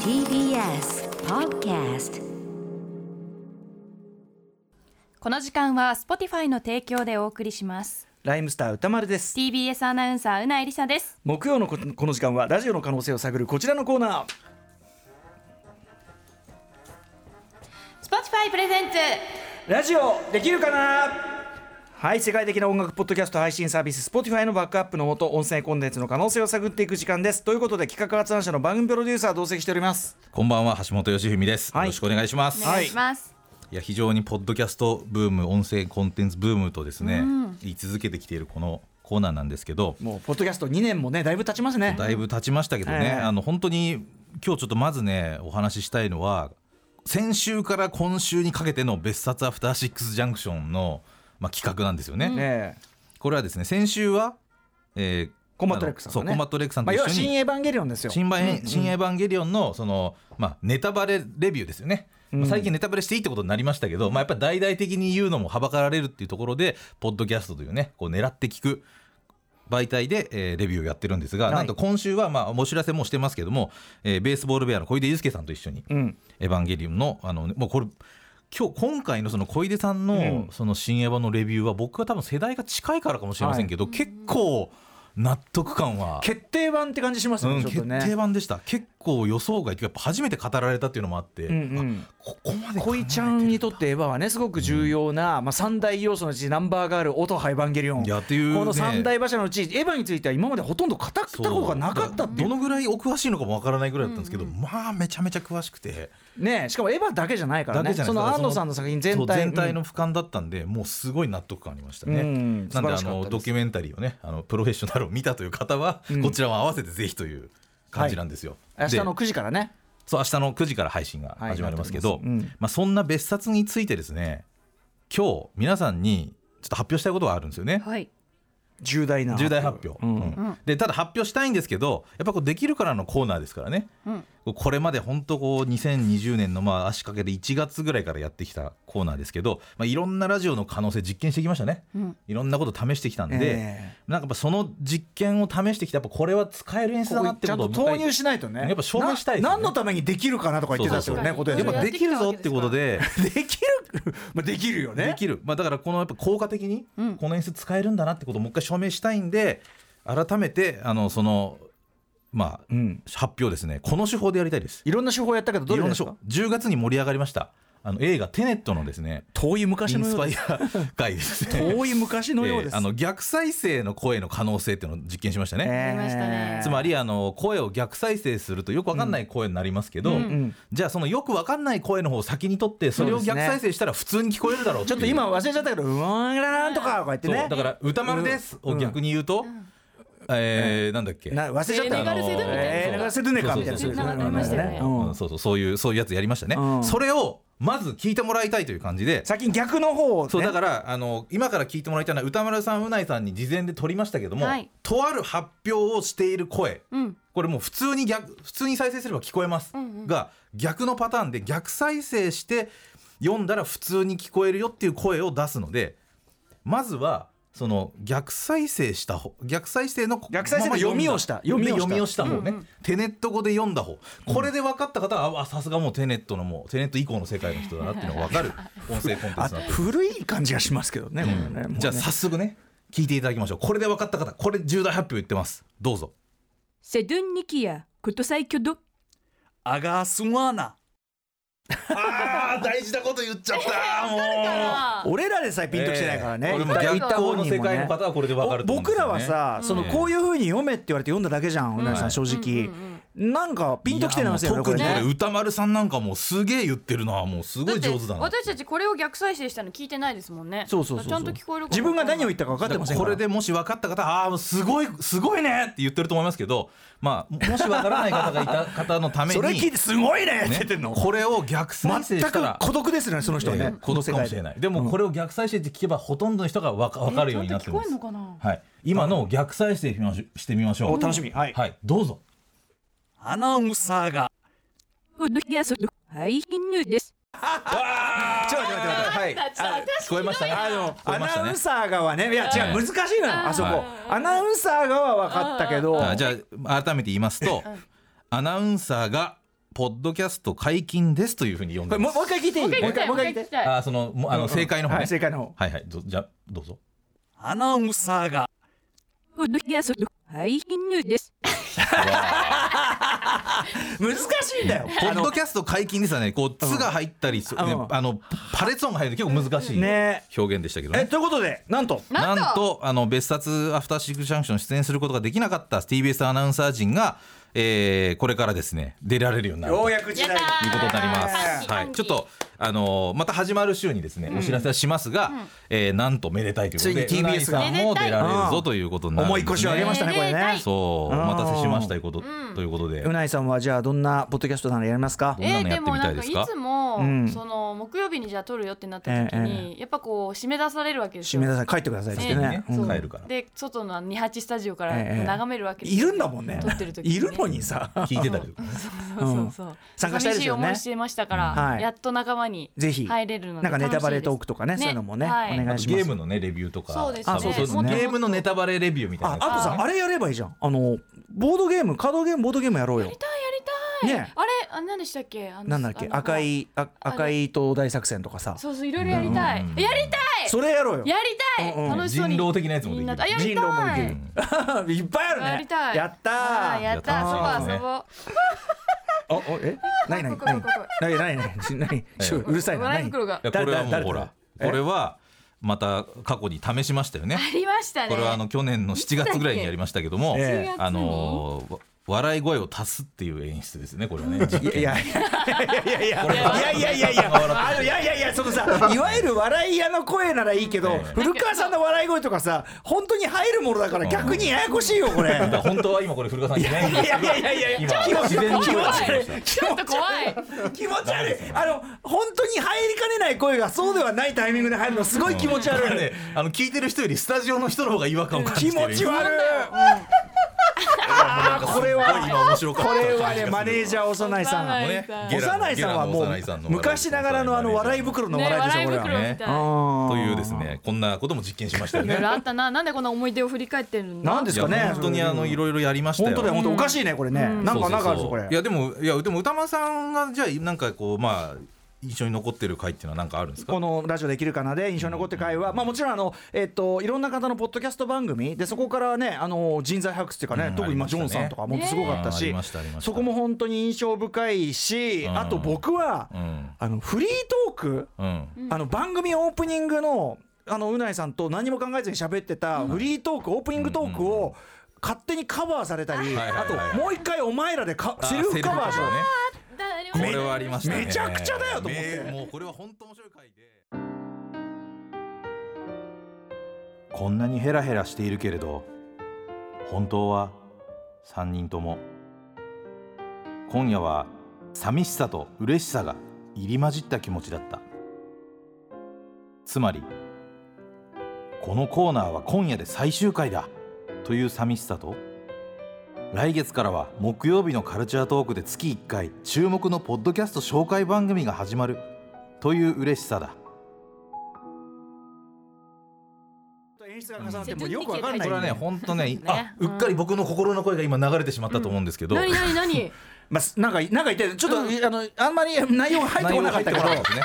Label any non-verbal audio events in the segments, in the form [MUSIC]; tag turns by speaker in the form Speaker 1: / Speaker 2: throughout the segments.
Speaker 1: TBS Podcast
Speaker 2: この時間は Spotify の提供でお送りします
Speaker 3: ライムスター歌丸です
Speaker 2: TBS アナウンサーうないりさです
Speaker 3: 木曜のここの時間はラジオの可能性を探るこちらのコーナー
Speaker 2: Spotify プレゼンツ
Speaker 3: ラジオできるかなはい世界的な音楽ポッドキャスト配信サービス Spotify のバックアップのもと音声コンテンツの可能性を探っていく時間ですということで企画発案者の番組プロデューサー同席しております
Speaker 4: こんばんは橋本良文です、
Speaker 3: はい
Speaker 4: よろしくお願いします、
Speaker 2: お願いします、
Speaker 4: いや非常にポッドキャストブーム音声コンテンツブームとですね、言い続けてきているこのコーナーなんですけど
Speaker 3: もうポッドキャスト2年もねだいぶ経ちますね
Speaker 4: だいぶ経ちましたけどね、
Speaker 3: ええ
Speaker 4: あの本当に今日ちょっとまずねお話ししたいのは先週から今週にかけての別冊アフターシックスジャンクションの、まあ、企画なんですよね、
Speaker 3: ねえ
Speaker 4: これはですね先週は、えー
Speaker 3: コンバットレックさんとね
Speaker 4: あのそうコンバットレックさん
Speaker 3: ま
Speaker 4: と
Speaker 3: あ、
Speaker 4: 一
Speaker 3: 要
Speaker 4: 緒
Speaker 3: は
Speaker 4: に、
Speaker 3: 新エヴァンゲリオンですよ
Speaker 4: 新版新エヴァンゲリオンのその、まあ、ネタバレレビューですよね、まあ最近ネタバレしていいってことになりましたけど、まあ、やっぱり大々的に言うのもはばかられるっていうところでポッドキャストというねこう狙って聞く媒体で、えーレビューをやってるんですが、
Speaker 3: はい
Speaker 4: なんと今週は、まあ、お知らせもしてますけども、えーベースボールベアの小出祐介さんと一緒に「
Speaker 3: ん
Speaker 4: エヴァンゲリオンの」あのもうこれ今日今回のその小出さんの,、
Speaker 3: ん
Speaker 4: その新エヴァのレビューは僕は多分世代が近いからかもしれませんけど、結構納得感は
Speaker 3: 決定版って感じしますよね、
Speaker 4: うん、
Speaker 3: ちょ
Speaker 4: 決
Speaker 3: っとね
Speaker 4: 定版でした結構予想外というかやっぱ初めて語られたっていうのもあって、
Speaker 3: うんうん
Speaker 4: あここまで考えてる
Speaker 3: 恋ちゃんにとってエヴァはねすごく重要な、まあ、三大要素のうちナンバーガールオトハエヴァンゲリオン
Speaker 4: いやっていうね
Speaker 3: この三大馬車のうちエヴァについては今までほとんど語ったことがなかったってい
Speaker 4: ど
Speaker 3: う
Speaker 4: のぐらいお詳しいのかもわからないぐらいだったんですけど、まあめちゃめちゃ詳しくて
Speaker 3: ねしかもエヴァだけじゃないから
Speaker 4: だ
Speaker 3: ね
Speaker 4: けじゃない
Speaker 3: その安野さんの作品全
Speaker 4: そう
Speaker 3: 体
Speaker 4: 全体の俯瞰だったんで、もうすごい納得感ありましたね、
Speaker 3: うん
Speaker 4: な
Speaker 3: 素晴
Speaker 4: んで
Speaker 3: ら
Speaker 4: あ
Speaker 3: しかったで
Speaker 4: の
Speaker 3: す
Speaker 4: ドキュメンタリーをねあのプロフェッショナルを見たという方は、こちらも合わせてぜひという感じなんですよ、
Speaker 3: 明日
Speaker 4: で
Speaker 3: の9時からね
Speaker 4: そう明日の9時から配信が始まりますけど、
Speaker 3: はいなっておりますうん
Speaker 4: まあ、そんな別冊についてですね今日皆さんにちょっと発表したいことがあるんですよね。
Speaker 2: はい
Speaker 3: 重大な
Speaker 4: 重大発表、
Speaker 3: うん
Speaker 4: うんでただ発表したいんですけどやっぱこうできるからのコーナーですからね、これまで本当こう2020年のまあ足掛けで1月ぐらいからやってきたコーナーですけど、まあ、いろんなラジオの可能性実験してきましたね、いろんなこと試してきたんで、
Speaker 3: え
Speaker 4: なんかやっぱその実験を試してきてやっぱこれは使える演出だ
Speaker 3: こ
Speaker 4: なっ
Speaker 3: こ
Speaker 4: て
Speaker 3: ちゃ
Speaker 4: こ
Speaker 3: ん
Speaker 4: と
Speaker 3: と
Speaker 4: を
Speaker 3: 投入
Speaker 4: し
Speaker 3: しないとね
Speaker 4: やっぱ証明したいです
Speaker 3: な
Speaker 4: よね
Speaker 3: 何のためにできるかなとか言ってたってことね
Speaker 4: そう
Speaker 3: こと
Speaker 4: や
Speaker 3: や
Speaker 4: っ
Speaker 3: ね
Speaker 4: ぱできるぞってことで
Speaker 3: できるまあできるよね
Speaker 4: できる、まあ、だからこのやっぱ効果的にこの演出使えるんだなってことをもう一回証明したいんで改めてあのそのまあ、
Speaker 3: うん
Speaker 4: 発表ですねこの手法でやりたいです
Speaker 3: いろんな手法やったけどど
Speaker 4: い
Speaker 3: れ
Speaker 4: ろ
Speaker 3: で
Speaker 4: んな
Speaker 3: す
Speaker 4: 手
Speaker 3: か
Speaker 4: 法10月に盛り上がりましたあの映画「テネット」のですね
Speaker 3: 遠い
Speaker 4: イ
Speaker 3: 昔
Speaker 4: ン
Speaker 3: の
Speaker 4: ス
Speaker 3: よ
Speaker 4: パ
Speaker 3: う
Speaker 4: イ
Speaker 3: です
Speaker 4: ア回で
Speaker 3: [LAUGHS]
Speaker 4: すね
Speaker 3: 遠い昔のようです、
Speaker 4: えーあの逆再生の声の可能性っていうのを実験しましたね、
Speaker 2: ありましたね
Speaker 4: つまりあの声を逆再生するとよくわかんない声になりますけど、
Speaker 3: ん
Speaker 4: じゃあそのよくわかんない声の方を先に取ってそれを逆再生したら普通に聞こえるだろう
Speaker 3: ちょっと今
Speaker 4: は
Speaker 3: 忘れちゃったけど「うわんらーん」とかこうやってね
Speaker 4: だから「歌丸です」を逆に言うと、えーなんだっけ
Speaker 3: な忘れちゃっ
Speaker 2: エ
Speaker 3: た
Speaker 2: ネガルセドゥみたいな
Speaker 3: えーエネガルセドゥネかみたいな
Speaker 4: そうそうそう
Speaker 2: ありましたよね
Speaker 3: うん
Speaker 4: うんそうそうそういうそういうやつやりましたね、
Speaker 3: うん
Speaker 4: それをまず聞いてもらいたいという感じで
Speaker 3: 先に逆の方を、ね、
Speaker 4: そうだからあの今から聞いてもらいたいのは歌丸さんうないさんに事前で撮りましたけども、
Speaker 2: はい
Speaker 4: とある発表をしている声、
Speaker 2: ん
Speaker 4: これもう普通に逆普通に再生すれば聞こえます、が逆のパターンで逆再生して読んだら普通に聞こえるよっていう声を出すのでまずはその逆再生した方逆再生の
Speaker 3: 逆再生の読みをした
Speaker 4: 読み
Speaker 3: 読
Speaker 4: 読
Speaker 3: み
Speaker 4: み
Speaker 3: を
Speaker 4: を
Speaker 3: し
Speaker 4: した方ね、テネット語で読んだ方これで分かった方はああさすがもうテネットのもうテネット以降の世界の人だなっていうのが分かる音声コンテンツにな
Speaker 3: あ
Speaker 4: ってます
Speaker 3: 古い感じがしますけどね,、これねもうね
Speaker 4: じゃあ早速ね聞いていただきましょうこれで分かった方これ重大発表言ってますどうぞ
Speaker 2: セドゥンニキアクトサイキョド
Speaker 3: アガスワナ
Speaker 4: ああ大事なこと言っちゃったもう
Speaker 3: 俺らでさえピンときてないからね、
Speaker 4: これも
Speaker 3: 言
Speaker 4: 逆
Speaker 3: った
Speaker 4: 光の世界の
Speaker 3: ね
Speaker 4: 方はこれで分かると思うんで
Speaker 3: 僕
Speaker 4: すよ
Speaker 3: ら
Speaker 4: ね
Speaker 3: はさ、その
Speaker 4: うん
Speaker 3: こういうふうに読めって言われて読んだだけじゃん、うなぎさん正直、なんかピンときてないんですよ
Speaker 4: い
Speaker 3: ね
Speaker 4: や
Speaker 3: こ
Speaker 4: もう
Speaker 3: れ
Speaker 4: 特にこれ
Speaker 3: ね
Speaker 4: 歌丸さんなんかもうすげえ言ってるなもうすごい上手だな
Speaker 5: って私たちこれを逆再生したの聞いてないですもんね
Speaker 3: そうそうそうそう
Speaker 5: ちゃんと聞こえる
Speaker 3: 自分が何を言
Speaker 5: 言
Speaker 3: ったか分かってませんか
Speaker 4: こ
Speaker 3: ら
Speaker 4: れでもし分かった方ああすごいすごいねって言ってると思いますけどまあもし分からない方がいた方のため
Speaker 3: そ
Speaker 4: に
Speaker 3: れ聞いてすごいねって言ってんの、
Speaker 4: ねこれを逆再生
Speaker 3: 全
Speaker 4: した
Speaker 3: く
Speaker 4: ら
Speaker 3: 孤独ですよねその人はね、
Speaker 4: ええ孤独かもしれないでもこれを逆再生って聞けばほとんどの人がわかわかるようになってます
Speaker 5: 聞こえんの
Speaker 4: はい今のを逆再生しましょしてみましょ
Speaker 3: お
Speaker 4: う
Speaker 3: 楽しみはい
Speaker 4: はいどうぞ
Speaker 3: アナウンサーが
Speaker 2: ウドキアソドはい金入です
Speaker 3: ちょっと待って待って
Speaker 4: はい聞こえましたね
Speaker 3: あの
Speaker 4: 聞こ
Speaker 3: ア
Speaker 4: えました
Speaker 3: ナウ
Speaker 4: ね
Speaker 3: ンサー側ねいや違う難
Speaker 4: はい
Speaker 3: しいのよあそこアナウンサー側は分かったけど
Speaker 4: あじゃあ改めて言いますとアナウンサーがポッドキャスト解禁ですというふうに読ん
Speaker 3: こ
Speaker 4: で
Speaker 3: れも
Speaker 4: ま
Speaker 3: う
Speaker 4: す
Speaker 3: もう一回聞いていい
Speaker 5: もう一回もう一回聞きたい。
Speaker 4: あーそのもうあの正解の方
Speaker 3: は
Speaker 4: ね
Speaker 3: い、正解の方
Speaker 4: はいはいどじゃあどうぞ
Speaker 3: アナウンサーが
Speaker 1: ポッドキャスト配信中です。
Speaker 3: 難しいんだよ
Speaker 4: ポッドキャスト解禁ですよねこう「つ」が入ったりする、ね
Speaker 3: うん
Speaker 4: あのパレツ音が入るの結構難しい
Speaker 3: ね
Speaker 4: 表現でしたけどね
Speaker 3: えということでなんと
Speaker 5: な
Speaker 4: なんん
Speaker 5: と
Speaker 4: とあの別冊アフターシックスジャンクション出演することができなかった TBS アナウンサー陣が、えーこれからですね出られるようになる
Speaker 3: よ
Speaker 4: と
Speaker 3: う
Speaker 4: いう
Speaker 3: やく時代
Speaker 5: やったー
Speaker 4: ことになります
Speaker 5: 歓喜。
Speaker 4: はい、
Speaker 5: 歓喜
Speaker 4: ちょっとあのーまた始まる週にですね、お知らせはしますが、えーなんとめでたいということで
Speaker 3: ついに TBS
Speaker 4: うなぎさんも出られる
Speaker 3: う
Speaker 4: ぞ
Speaker 3: ん
Speaker 4: ということになるん
Speaker 3: 重
Speaker 4: で
Speaker 3: い
Speaker 4: すね
Speaker 3: 腰を上げましたねこれ
Speaker 5: めでた
Speaker 3: ね
Speaker 5: い
Speaker 4: そう
Speaker 3: うん
Speaker 4: お待たせしましたということ、ということで
Speaker 3: うないさんはじゃあどんなポッドキャストなのやりますか
Speaker 4: どんなのやってみたい
Speaker 5: え
Speaker 4: で
Speaker 5: ー
Speaker 4: す
Speaker 5: もなんかいつも、
Speaker 4: か
Speaker 3: うん
Speaker 5: その木曜日にじゃあ撮るよってなった時に、やっぱこう締め出されるわけです
Speaker 3: 締
Speaker 5: よ
Speaker 3: めなさい帰ってくださいって
Speaker 5: え
Speaker 3: 言
Speaker 5: ー
Speaker 3: って
Speaker 4: 確かに
Speaker 3: ね
Speaker 4: ね、
Speaker 3: うん
Speaker 4: 帰るから
Speaker 5: で外の28スタジオか
Speaker 3: ええええ
Speaker 5: ら眺めるわけです
Speaker 3: い
Speaker 5: よ
Speaker 3: るんだもんね
Speaker 5: 撮ってる時
Speaker 3: いる
Speaker 5: に
Speaker 3: のにさ
Speaker 4: 聞いてたりとかね
Speaker 5: ねそうそうそう
Speaker 3: 参加したいで
Speaker 5: 寂し
Speaker 3: す
Speaker 5: い
Speaker 3: よね
Speaker 5: 思いしてましたから、
Speaker 3: うんはい
Speaker 5: やっと仲間に
Speaker 3: ぜひ
Speaker 5: 入れるので
Speaker 3: なんかネタバレトー
Speaker 5: 楽しいです
Speaker 3: クとかねそういうのもねお
Speaker 5: はい
Speaker 3: 願いし
Speaker 4: [LAUGHS] ゲ
Speaker 3: ま
Speaker 4: ー
Speaker 3: す
Speaker 4: ムのねレビューとか
Speaker 5: そうです
Speaker 3: ね
Speaker 4: 多分
Speaker 3: そうですね
Speaker 4: ゲームのネタバレレビューみたい
Speaker 3: あ
Speaker 4: なやつ
Speaker 3: あとさあれやればいいじゃんあのボードゲームカードゲームボードゲームやろうよ
Speaker 5: やりたい
Speaker 3: ね
Speaker 5: あれあ何でしたっけあの
Speaker 3: なんだっけ
Speaker 5: あの
Speaker 3: 赤いあ赤い糸大作戦とかさ
Speaker 5: そうそういろいろやりたい、
Speaker 4: うん
Speaker 5: やりたい
Speaker 3: それやろうよ
Speaker 5: やりたい、
Speaker 3: うんうん
Speaker 5: 楽しそうに
Speaker 4: 人狼的なやつも
Speaker 5: み
Speaker 4: できる
Speaker 5: んなとあやりたい
Speaker 3: 人狼もできるいっぱいある [LAUGHS] ね
Speaker 5: やりたい
Speaker 3: やった
Speaker 5: あ
Speaker 3: ー
Speaker 5: ーやった
Speaker 4: やった
Speaker 5: ー
Speaker 4: ー
Speaker 5: そばそば
Speaker 3: あおえ何何
Speaker 5: こここ
Speaker 3: 何
Speaker 5: ここ
Speaker 3: 何何何何何ちょうるさいな
Speaker 5: 笑い
Speaker 3: 何
Speaker 5: 袋が
Speaker 4: いやこれはもう
Speaker 3: 誰
Speaker 4: ほ
Speaker 3: 誰
Speaker 4: らこれはまた過去に試しましたよね
Speaker 5: ありましたね
Speaker 4: これはあの去年の7月ぐらいにやりましたけども、
Speaker 3: ええ
Speaker 4: あのーわ笑い声を足すっていう演出ですねこれはね実験
Speaker 3: いやいやいや
Speaker 4: これはい
Speaker 3: やいやいやいやいやいやいやあのいやいやいやそのさいわゆる笑い屋の声ならいいけど、
Speaker 4: ええ
Speaker 3: 古川さんの笑い声とかさ本当に入るものだから逆にややこしいよこれ。い
Speaker 4: [LAUGHS] だから本当は今これ古川さんじゃないんで
Speaker 3: やい
Speaker 4: すけど
Speaker 3: やいやいやいや
Speaker 4: 今
Speaker 3: 気持ち
Speaker 4: 自然に
Speaker 3: 気持ち悪い
Speaker 5: ちょっと怖い
Speaker 3: 気持ち悪いあの本当に入りかねない声がそうではないタイミングで入るのすごい気持ち悪い、
Speaker 4: ねあの聞いてる人よりスタジオの人の方が違和感を感
Speaker 3: 気
Speaker 4: じてる
Speaker 3: 持ち悪い、あーこれは
Speaker 4: 今面白かっ
Speaker 3: こ
Speaker 4: た
Speaker 3: れはねマネージャー長内さん
Speaker 5: 幼い
Speaker 4: ねゲラ
Speaker 3: 幼いさんはも
Speaker 4: ゲラの幼いさん
Speaker 3: う
Speaker 4: の
Speaker 3: 昔ながらのあの笑い袋の
Speaker 5: ね
Speaker 3: 笑いでし
Speaker 5: 笑
Speaker 3: ょ
Speaker 5: い
Speaker 3: これは
Speaker 5: 袋みたい
Speaker 3: あー
Speaker 4: というですねこんなことも実験しましたよ
Speaker 5: いろい
Speaker 4: ね
Speaker 5: ろあったななんでこんな思い出を振り返ってるんだ
Speaker 3: なんですか
Speaker 4: い
Speaker 3: ね
Speaker 4: や本当にあのいろいろやりました
Speaker 3: 本
Speaker 4: よ
Speaker 3: 当だよ本当おかしいねこれねなんかなんかあるぞこれ
Speaker 4: いやでもいやでも歌間さんがじゃあなんかこうまあ印象に残ってる回っていうのはなんかあるんですか
Speaker 3: このラジオできるかなで印象に残ってる回は、まあ、もちろんあの、えっといろんな方のポッドキャスト番組でそこからねあの人材発掘っていうかね、
Speaker 4: うん
Speaker 3: 特にまあ
Speaker 4: あ
Speaker 3: ジ
Speaker 4: り
Speaker 3: ョ
Speaker 4: ま
Speaker 3: ン
Speaker 4: した
Speaker 3: さ
Speaker 4: ね
Speaker 3: んとかもすごかった
Speaker 4: あーあ
Speaker 3: し
Speaker 4: りましたありました
Speaker 3: そこも本当に印象深いし、
Speaker 4: うん
Speaker 3: あと僕は、
Speaker 4: うん
Speaker 3: あのフリートーク、
Speaker 4: うん
Speaker 3: あの番組オープニングのあのうないさんと何も考えずに喋ってたフリートーク、オープニングトークを、勝手にカバーされたり、
Speaker 4: はいはいはいはい
Speaker 3: あともう一回お前らでかセルフカバーした
Speaker 4: セルフカバーねこ
Speaker 5: め
Speaker 4: れはありましたね
Speaker 3: めちゃくちゃだよと思って
Speaker 4: めもうこれは本当面白い回でこんなにヘラヘラしているけれど本当は3人とも今夜は寂しさと嬉しさが入り混じった気持ちだったつまりこのコーナーは今夜で最終回だという寂しさと来月からは木曜日のカルチャートークで月1回注目のポッドキャスト紹介番組が始まるという嬉しさだ
Speaker 3: 演出が重なってもうよくわかん
Speaker 5: こ
Speaker 3: ない
Speaker 4: こ
Speaker 3: ん
Speaker 4: れ
Speaker 3: だよね
Speaker 4: はね本当ねあ
Speaker 5: ね
Speaker 4: うっかり僕の心の声が今流れてしまったと思うんですけど、
Speaker 5: 何何
Speaker 4: [LAUGHS]
Speaker 5: 何
Speaker 3: まあ、すなんか、なんか言って、ちょっと、あの、あんまり内容が入ってこなかったけど。
Speaker 4: 内容が入ってこなかったです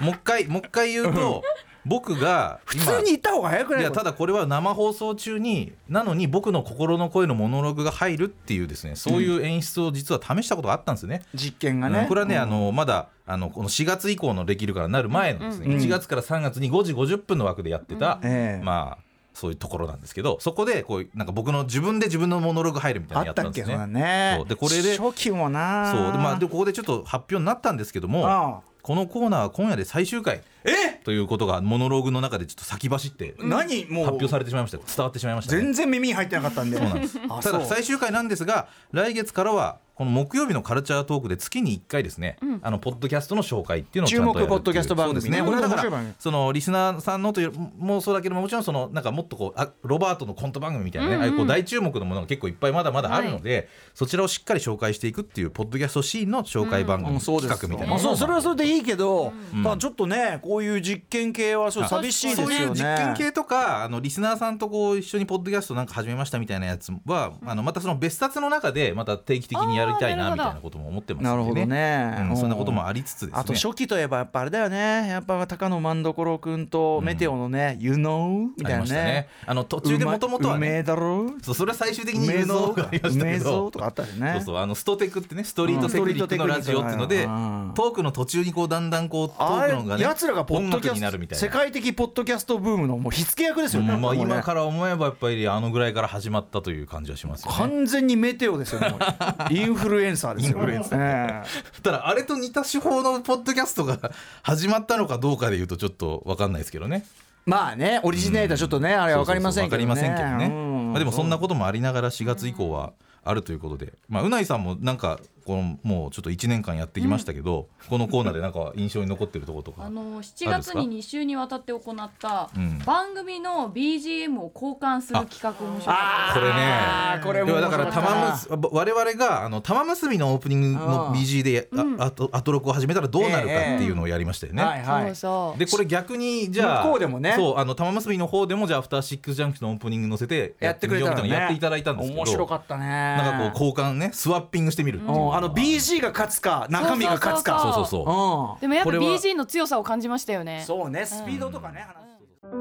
Speaker 4: ねもう一回もう一回言うと僕が
Speaker 3: 普通に言った方が早くないい。
Speaker 4: やただこれは生放送中になのに僕の心の声のモノローグが入るっていうですねそういう演出を実は試したことがあったんですよね、
Speaker 3: 実験がね。
Speaker 4: これはね、あのまだあのこの4月以降のできるからなる前のですね、
Speaker 3: うん
Speaker 4: 1月から3月に5時50分の枠でやってた、
Speaker 3: ええ
Speaker 4: まあそういうところなんですけどそこでこうなんか僕の自分で自分のモノローグ入るみたいな
Speaker 3: あ
Speaker 4: のや
Speaker 3: っ
Speaker 4: った
Speaker 3: たっ
Speaker 4: んで
Speaker 3: け、
Speaker 4: す
Speaker 3: そ
Speaker 4: ね
Speaker 3: うだね。
Speaker 4: そうでこれで
Speaker 3: 初期もな。
Speaker 4: そうで,、まあ、でここでちょっと発表になったんですけども
Speaker 3: ああ
Speaker 4: このコーナーは今夜で最終回
Speaker 3: え、
Speaker 4: ということがモノローグの中でちょっと先走って発
Speaker 3: 何、もう。
Speaker 4: 表されてしまいました伝わってしまいましたね、
Speaker 3: 全然耳に入ってなかったんで。
Speaker 4: そうなんです
Speaker 3: あ、
Speaker 4: た
Speaker 3: そう
Speaker 4: だ。最終回なんですが来月からはこの木曜日のカルチャートークで月に1回ですね、あのポッドキャストの紹介っていうのをちゃんと
Speaker 3: 注
Speaker 4: やるっていう
Speaker 3: 目ポッドキャスト番組
Speaker 4: そうですね
Speaker 3: ね
Speaker 4: これはだか
Speaker 3: 面白い番
Speaker 4: ら
Speaker 3: 組
Speaker 4: そのリスナーさんのというもそうだけどももちろんそのなんかもっとこうあロバートのコント番組みたいなね、ああいうこう大注目のものが結構いっぱいまだまだあるので、そちらをしっかり紹介していくっていうポッドキャストシーンの紹介番組、
Speaker 3: うんそうです
Speaker 4: 企画みたいな
Speaker 3: あそうそれはそれでいいけど、ただちょっとねここういう実験系はそう
Speaker 4: あ
Speaker 3: 寂しいですよ
Speaker 4: そう
Speaker 3: ね
Speaker 4: いう実験系とかあのリスナーさんとこう一緒にポッドキャストなんか始めましたみたいなやつはあのまたその別冊の中でまた定期的にやりたいな
Speaker 5: あーなるほど
Speaker 4: みたいなことも思ってます
Speaker 3: なるほ
Speaker 4: ん
Speaker 3: ど
Speaker 4: で
Speaker 3: ね、
Speaker 4: うんそんなことも
Speaker 3: あ
Speaker 4: ありつつですね
Speaker 3: あと初期といえばやっぱあれだよねやっぱ高野万所君とメテオのね「You know」みたい
Speaker 4: あり
Speaker 3: な
Speaker 4: ました
Speaker 3: ね
Speaker 4: ねあの途中でもともとは
Speaker 3: うまいうめえ
Speaker 4: ね
Speaker 3: だろ
Speaker 4: そうそれは最終的
Speaker 3: う
Speaker 4: に
Speaker 3: めえ
Speaker 4: 言うの
Speaker 3: ぞ
Speaker 4: がありま
Speaker 3: う
Speaker 4: した
Speaker 3: めえ
Speaker 4: け
Speaker 3: ぞ
Speaker 4: ど
Speaker 3: とかあったよね
Speaker 4: そうそうあのストテクってねストリートテクニックのラジオっていうので、
Speaker 3: うん
Speaker 4: トークの途中にこうだんだんこうト
Speaker 3: あ
Speaker 4: ークの
Speaker 3: あ
Speaker 4: が
Speaker 3: れ
Speaker 4: ね
Speaker 3: やつらがポッドキ
Speaker 4: 音楽にな
Speaker 3: ャ
Speaker 4: るみ
Speaker 3: ス
Speaker 4: た
Speaker 3: ト
Speaker 4: いな
Speaker 3: 世界的ポッドキャストブームのもう火付け役ですよね,
Speaker 4: うん
Speaker 3: も
Speaker 4: まあ
Speaker 3: うね、
Speaker 4: 今から思えばやっぱりあのぐらいから始まったという感じはしますよね。
Speaker 3: 完全にメテオですよねも
Speaker 4: [LAUGHS]
Speaker 3: うインフルエンサーですよ
Speaker 4: インフルエンサ
Speaker 3: ー、
Speaker 4: ただあれと似た手法のポッドキャストが始まったのかどうかでいうとちょっとわかんないですけどね。
Speaker 3: まあねオリジネーターちょっとね、あれわかりませんけどね
Speaker 4: そうそうそうわかりませんけどね。
Speaker 3: う
Speaker 4: まあでもそんなこともありながら4月以降はあるということで、まあうないさんもなんかこのもうちょっと1年間やってきましたけど、このコーナーでなんか印象に残ってるところと
Speaker 5: あ
Speaker 4: か。
Speaker 5: の7月に2週にわたって行った
Speaker 4: うん
Speaker 5: 番組の BGM を交換する企画面白か
Speaker 3: あ
Speaker 4: これね
Speaker 3: あーこれ
Speaker 4: で
Speaker 3: も
Speaker 4: は
Speaker 3: 面
Speaker 4: だ
Speaker 3: 白
Speaker 4: から
Speaker 3: ったな
Speaker 4: 玉結我々があの玉結びのオープニングの BG でああとアトロクを始めたらどうなるかっていうのをやりましたよね。
Speaker 3: はい
Speaker 2: そ
Speaker 3: はい、
Speaker 2: うそう
Speaker 4: でこれ逆にじゃあ
Speaker 3: 向こうでもね
Speaker 4: そうあの玉結びの方でもじゃあアフターシックスジャンクションのオープニング載せて
Speaker 3: やってくれた
Speaker 4: み
Speaker 3: の
Speaker 4: よう
Speaker 3: ね
Speaker 4: みいなのやっていただいたんですけど
Speaker 3: 面白かったね
Speaker 4: なんかこう交換ねスワッピングしてみるっていう
Speaker 3: うんあの BG が勝つか中身が勝つか
Speaker 5: そう
Speaker 4: そうそうそ
Speaker 5: っ
Speaker 4: う
Speaker 5: たでもやっぱ
Speaker 4: これは
Speaker 5: BG の強さを感じましたよね
Speaker 3: そうねスピードとかね話すと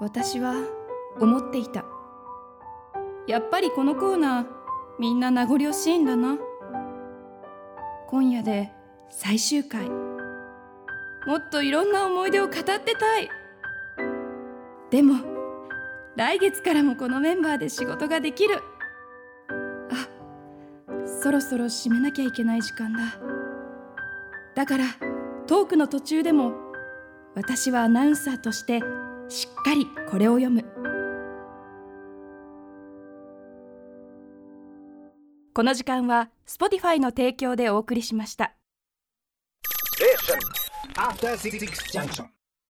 Speaker 6: 私は思っていたやっぱりこのコーナーみんな名残惜しいんだな今夜で最終回もっといろんな思い出を語ってたいでも来月からもこのメンバーで仕事ができるあそろそろ締めなきゃいけない時間だだからトークの途中でも私はアナウンサーとしてしっかりこれを読むこの時間は Spotify の提供でお送りしました
Speaker 7: After Six Junction.